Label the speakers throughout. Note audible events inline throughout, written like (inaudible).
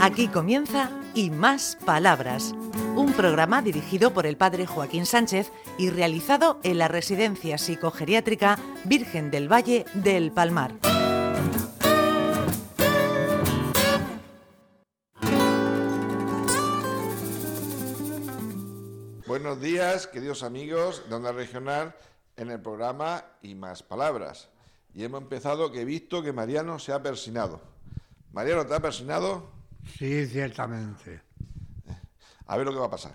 Speaker 1: Aquí comienza Y Más Palabras, un programa dirigido por el padre Joaquín Sánchez y realizado en la Residencia Psicogeriátrica Virgen del Valle del Palmar.
Speaker 2: Buenos días, queridos amigos de Onda Regional, en el programa Y Más Palabras. Y hemos empezado que he visto que Mariano se ha persinado. Mariano, ¿te ha persinado?
Speaker 3: Sí, ciertamente.
Speaker 2: A ver lo que va a pasar.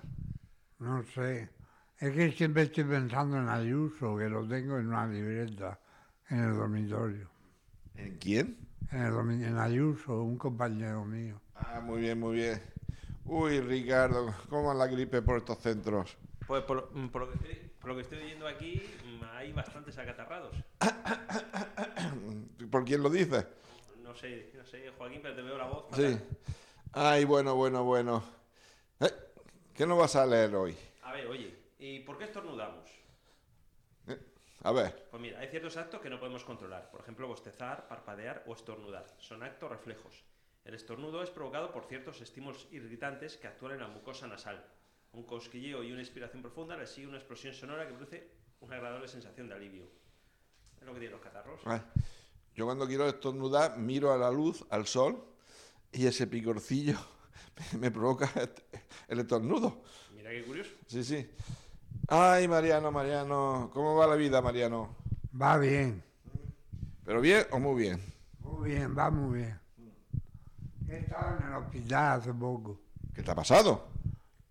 Speaker 3: No sé. Es que siempre estoy pensando en Ayuso, que lo tengo en una libreta, en el dormitorio.
Speaker 2: ¿En quién?
Speaker 3: En, el dormi- en Ayuso, un compañero mío.
Speaker 2: Ah, muy bien, muy bien. Uy, Ricardo, ¿cómo va la gripe por estos centros?
Speaker 4: Pues por, mm, por lo que estoy, por lo que estoy leyendo aquí, mm, hay bastantes acatarrados.
Speaker 2: ¿Por quién lo dices?
Speaker 4: No sé, no sé, Joaquín, pero te veo la voz.
Speaker 2: Sí.
Speaker 4: fatal.
Speaker 2: Ay, bueno, bueno, bueno. Eh, ¿Qué nos vas a leer hoy?
Speaker 4: A ver, oye, ¿y por qué estornudamos?
Speaker 2: Eh, A ver,
Speaker 4: Pues mira, hay ciertos actos que no podemos controlar. Por ejemplo, bostezar, parpadear o estornudar. Son actos reflejos. El estornudo es provocado por ciertos estímulos irritantes que actúan en la mucosa nasal. Un cosquilleo y una inspiración profunda le sigue una explosión sonora que produce una agradable sensación de alivio. Es lo que tienen los catarros.
Speaker 2: eh, yo cuando quiero estornudar miro a la luz, al sol, y ese picorcillo (laughs) me- me provoca est- el estornudo.
Speaker 4: Mira qué curioso.
Speaker 2: Sí, sí. Ay, Mariano, Mariano, ¿cómo va la vida, Mariano?
Speaker 3: Va bien,
Speaker 2: ¿Pero bien o muy bien?
Speaker 3: muy bien, va muy bien. He estado en el hospital hace poco.
Speaker 2: ¿Qué te ha pasado?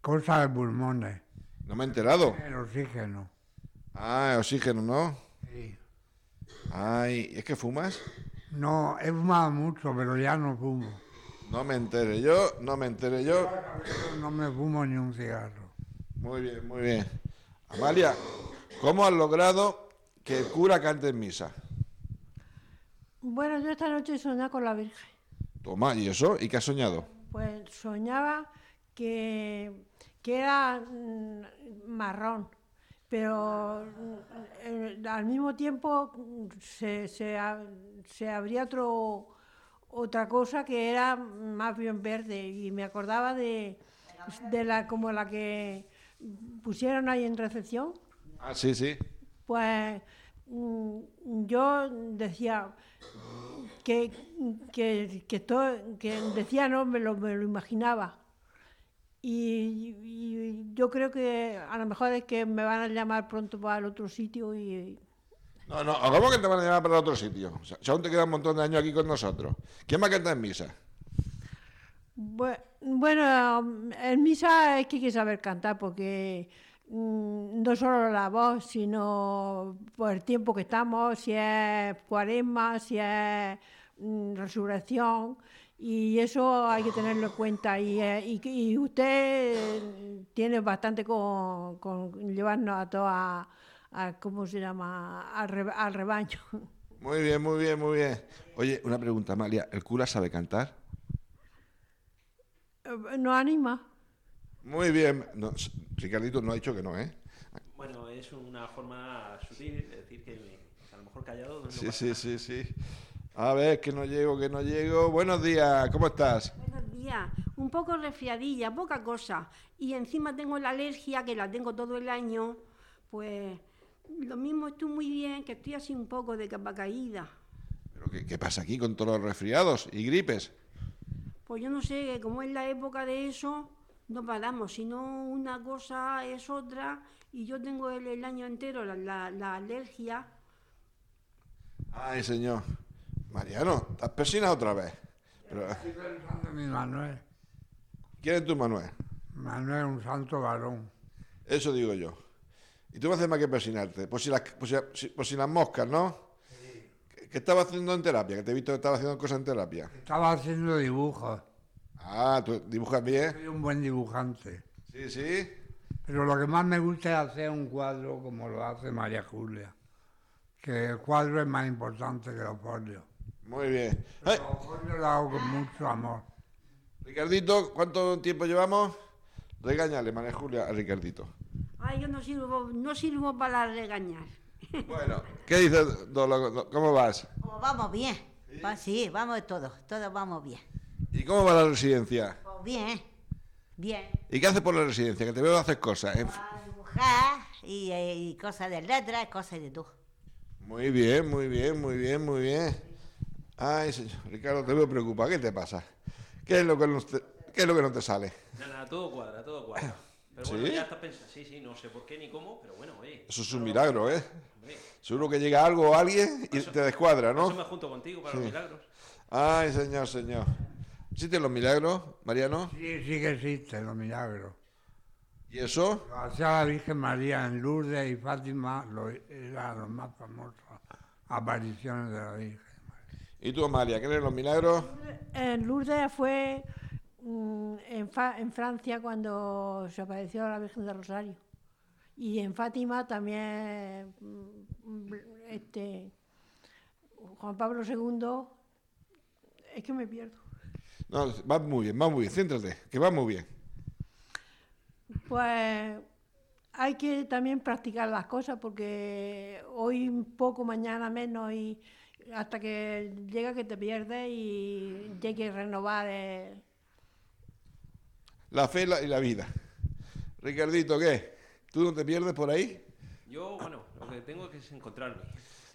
Speaker 3: Cosa de pulmones,
Speaker 2: No me he enterado.
Speaker 3: el oxígeno.
Speaker 2: Ah, oxígeno, ¿no?
Speaker 3: Sí.
Speaker 2: Ay, ¿es que fumas?
Speaker 3: No, he fumado mucho, pero ya no fumo.
Speaker 2: No me enteré yo, no me enteré yo.
Speaker 3: No me fumo ni un cigarro.
Speaker 2: Muy bien, muy bien. Amalia, ¿cómo has logrado que el cura cante en misa?
Speaker 5: Bueno, yo esta noche soñaba con la Virgen.
Speaker 2: Toma, ¿y eso? ¿Y qué has soñado?
Speaker 5: Pues soñaba que, que era mm, marrón, pero mm, eh, al mismo tiempo mm, se, se, a- se abría otro, otra cosa que era más bien verde y me acordaba de, de la como la que pusieron ahí en recepción.
Speaker 2: Ah, sí, sí.
Speaker 5: Pues mm, yo decía que, que, que todo- que decía, no, me lo, me lo imaginaba. Y, y yo creo que a lo mejor es que me van a llamar pronto para el otro sitio y
Speaker 2: No, no, ¿cómo que te van a llevar para otro sitio? O sea, si aún te queda un montón de años aquí con nosotros. ¿Quién va a cantar en misa?
Speaker 5: Bue- Bueno, en misa es que hay que saber cantar porque mm, no solo la voz, sino por el tiempo que estamos, si es cuaresma, si es mm, resurrección, y eso hay que tenerlo en cuenta. Y, eh, y que- y usted eh, tiene bastante con, con llevarnos a todos a, a- ¿cómo se llama?, al, re- al rebaño. (laughs)
Speaker 2: Muy bien, muy bien, muy bien. Oye, una pregunta, Amalia. ¿El cura sabe cantar?
Speaker 5: Eh, Nos anima.
Speaker 2: Muy bien. No, s- Ricardito no ha dicho que no, ¿eh?
Speaker 4: Bueno, es una forma sutil de decir que, que a lo mejor callado no
Speaker 2: Sí,
Speaker 4: pasa
Speaker 2: sí,
Speaker 4: nada.
Speaker 2: sí, sí. A ver, que no llego, que no llego. Buenos días, ¿cómo estás?
Speaker 6: Buenos días. Un poco resfriadilla, poca cosa. Y encima tengo la alergia, que la tengo todo el año. Pues lo mismo estoy muy bien, que estoy así un poco de capa caída.
Speaker 2: ¿Pero qué, qué pasa aquí con todos los resfriados y gripes?
Speaker 6: Pues yo no sé, como es la época de eso, no paramos. Si no, una cosa es otra. Y yo tengo el, el año entero la, la- la alergia.
Speaker 2: Ay, señor. Mariano, te has persinado otra vez. Pero,
Speaker 3: Estoy pensando en mi Manuel.
Speaker 2: ¿Quién es tú, Manuel?
Speaker 3: Manuel es un santo varón.
Speaker 2: Eso digo yo. Y tú me haces más que persinarte. Por si las, por si, si- por si las moscas, ¿no? ¿Qué, qué estabas haciendo en terapia? Que te he visto que estabas haciendo cosas en terapia.
Speaker 3: Estaba haciendo dibujos.
Speaker 2: Ah, tú dibujas bien.
Speaker 3: Soy un buen dibujante.
Speaker 2: Sí, sí.
Speaker 3: Pero lo que más me gusta es hacer un cuadro como lo hace María Julia. Que el cuadro es más importante que los folios.
Speaker 2: Muy bien. Ay,
Speaker 3: Los folios los hago con mucho amor.
Speaker 2: Ricardito, ¿cuánto tiempo llevamos? Regáñale, María Julia, a Ricardito.
Speaker 6: Ay, yo no sirvo, no sirvo para regañar.
Speaker 2: Bueno, ¿qué dices, Dolo? ¿Cómo vas?
Speaker 7: Pues Oh, vamos bien. Va- sí, vamos todos, todos vamos bien.
Speaker 2: ¿Y cómo va la residencia?
Speaker 7: Pues bien, bien.
Speaker 2: ¿Y qué haces por la residencia? Que te veo que haces cosas. en-
Speaker 7: A dibujar y, eh, y cosas de letras, cosas de todo.
Speaker 2: Muy bien, muy bien, muy bien, muy bien. Ay, señor Ricardo, te veo preocupado. ¿Qué te pasa? ¿Qué es lo que no te, qué es lo que no te sale?
Speaker 4: Nada, nada, todo cuadra, todo cuadra. Pero bueno,
Speaker 2: ¿Sí?
Speaker 4: ya está pensando. Sí, sí, no sé por qué ni cómo, pero bueno, oye.
Speaker 2: Eso es un milagro, ¿eh?
Speaker 4: hombre,
Speaker 2: Seguro que llega algo o alguien y te descuadra,
Speaker 4: por Eso
Speaker 2: ¿no?
Speaker 4: me junto contigo para los milagros.
Speaker 2: Ay, señor, señor. ¿Existen los milagros, Mariano?
Speaker 3: Sí, sí que existen los milagros.
Speaker 2: ¿Y eso?
Speaker 3: Lo hacía la Virgen María en Lourdes y Fátima, lo, eran los más famosos apariciones de la Virgen.
Speaker 2: ¿Y tú, Amalia, crees en los milagros?
Speaker 5: En Lourdes fue mm, en, Fa- en Francia cuando se apareció la Virgen del Rosario. Y en Fátima también mm, este, Juan Pablo II. Es que me pierdo.
Speaker 2: No, va muy bien, va muy bien. Céntrate, que va muy bien.
Speaker 5: Pues hay que también practicar las cosas porque hoy un poco, mañana menos y hasta que llega que te pierdes y ya hay que renovar el-
Speaker 2: La fe la- y la vida. Ricardito, ¿qué? ¿Tú no te pierdes por ahí?
Speaker 4: Yo, bueno, lo que tengo que es encontrarme.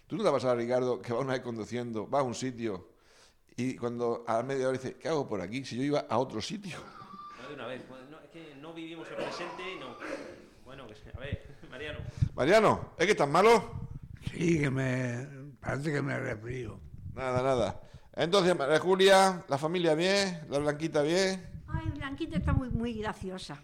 Speaker 2: ¿Tú no te vas a Ricardo, que va una vez conduciendo, va a un sitio y cuando a la media hora dice, ¿qué hago por aquí? Si yo iba a otro sitio. (laughs)
Speaker 4: No de una vez. Bueno, no, es que no vivimos el presente, no. Bueno, que se- a ver, (laughs) Mariano.
Speaker 2: Mariano, ¿es que estás malo?
Speaker 3: Sí, que me parece que me refrío.
Speaker 2: Nada, nada. Entonces, María Julia, la familia bien, la Blanquita bien.
Speaker 6: Ay, Blanquita está muy, muy graciosa.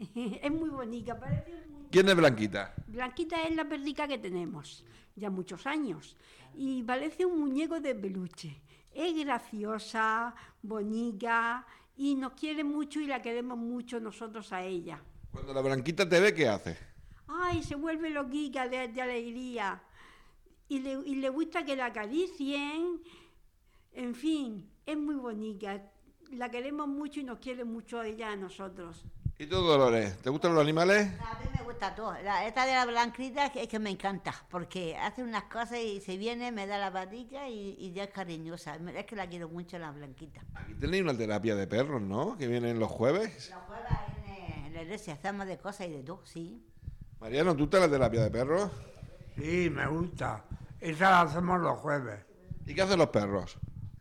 Speaker 6: (laughs) es muy bonita, parece un
Speaker 2: ¿Quién es Blanquita?
Speaker 6: Blanquita es la perdica que tenemos, ya muchos años, y parece un muñeco de peluche. Es graciosa, bonita, y nos quiere mucho y la queremos mucho nosotros a ella.
Speaker 2: Cuando la Blanquita te ve, ¿qué hace?
Speaker 6: Ay, se vuelve loquica de, de alegría, y le, y le gusta que la acaricien. En fin, es muy bonita. La queremos mucho y nos quiere mucho ella a nosotros.
Speaker 2: ¿Y tú, Dolores? ¿Te gustan los animales?
Speaker 7: A mí me gusta todo. La- esta de la blanquita que- es que me encanta, porque hace unas cosas y se viene, me da la patica y, y ya es cariñosa. Es que la quiero mucho, la blanquita.
Speaker 2: Aquí tenéis una terapia de perros, ¿no? Que vienen los jueves.
Speaker 7: Los jueves en, eh, en la iglesia hacemos de cosas y de todo, sí.
Speaker 2: Mariano, ¿tú estás en la terapia de perros?
Speaker 3: Sí, me gusta. Esa la hacemos los jueves.
Speaker 2: ¿Y qué hacen los perros?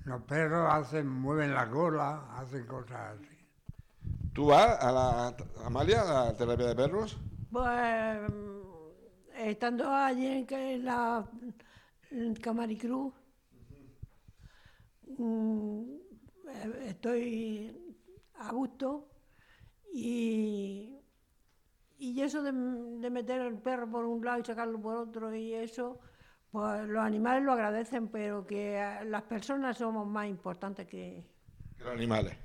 Speaker 3: Los perros hacen, mueven la cola, hacen cosas así.
Speaker 2: ¿Tú vas a la Amalia, a la terapia de perros?
Speaker 5: Pues mm, estando allí en ca- en la en Camaricruz, mm, eh, estoy a gusto y, y eso de, m- de meter el perro por un lado y sacarlo por otro y eso, pues los animales lo agradecen, pero que eh, las personas somos más importantes que...
Speaker 2: Que los animales. eh.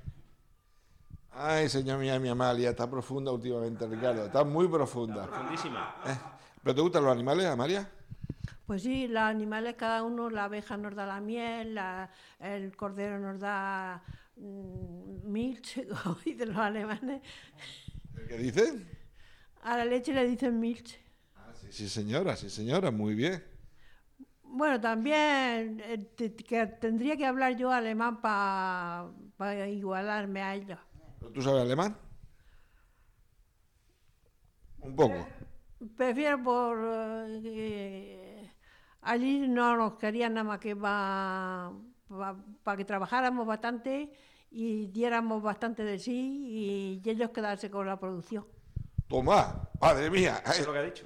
Speaker 2: Ay, señor mía, mi Amalia, está profunda últimamente, Ricardo. Está muy profunda. (laughs)
Speaker 4: Profundísima.
Speaker 2: Eh, ¿Pero te gustan los animales, Amalia?
Speaker 5: Pues sí, los animales cada uno, la abeja nos da la miel, la- el cordero nos da mm, milch, (laughs) como dicen los alemanes.
Speaker 2: ¿Qué dicen?
Speaker 5: A la leche le dicen milch.
Speaker 2: Ah, sí, sí, señora, sí, señora, muy bien.
Speaker 5: Bueno, también eh, te- que tendría que hablar yo alemán para igualarme a ellos.
Speaker 2: ¿Tú sabes alemán? Un poco.
Speaker 5: Prefiero por... eh, allí no nos querían nada más que para que trabajáramos bastante y diéramos bastante de sí y ellos quedarse con la producción.
Speaker 2: Toma, madre mía.
Speaker 4: Eso
Speaker 2: eh,
Speaker 4: es lo que ha dicho.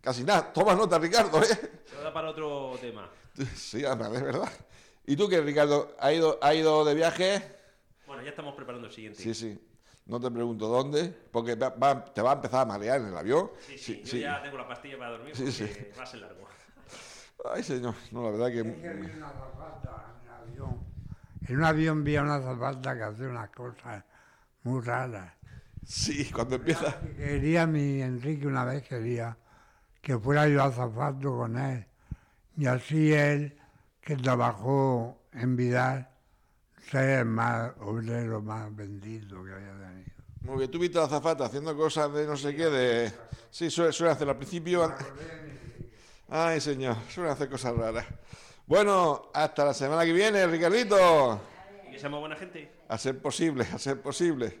Speaker 2: casi nada. Toma nota, Ricardo, ¿eh?
Speaker 4: Se lo da para otro tema.
Speaker 2: Sí, Ana, de verdad. ¿Y tú qué, Ricardo? ¿Ha ido, ha ido de viaje?
Speaker 4: Bueno, ya estamos preparando el siguiente.
Speaker 2: Sí, sí. No te pregunto dónde, porque va- va- te va a empezar a marear en el avión.
Speaker 4: Sí, sí, yo ya tengo la pastilla para dormir porque
Speaker 2: Sí,
Speaker 4: va a ser largo.
Speaker 2: Ay, señor. No, la verdad
Speaker 3: Es que vi
Speaker 2: que...
Speaker 3: una zapata en el avión. En un avión vi a una zapata que hacía unas cosas muy raras.
Speaker 2: Sí, cuando empieza...
Speaker 3: Quería mi Enrique una vez, quería que fuera yo a zapato con él. Y así él, que trabajó en Vidal, ser el más obrero más bendito que haya tenido.
Speaker 2: Muy bien, tú viste a la azafata haciendo cosas de no sé qué, de... Sí, suele, suele hacer al principio... Ay, señor, suele hacer cosas raras. Bueno, hasta la semana que viene, Ricardito.
Speaker 4: Y que seamos buena gente.
Speaker 2: A ser posible, a ser posible.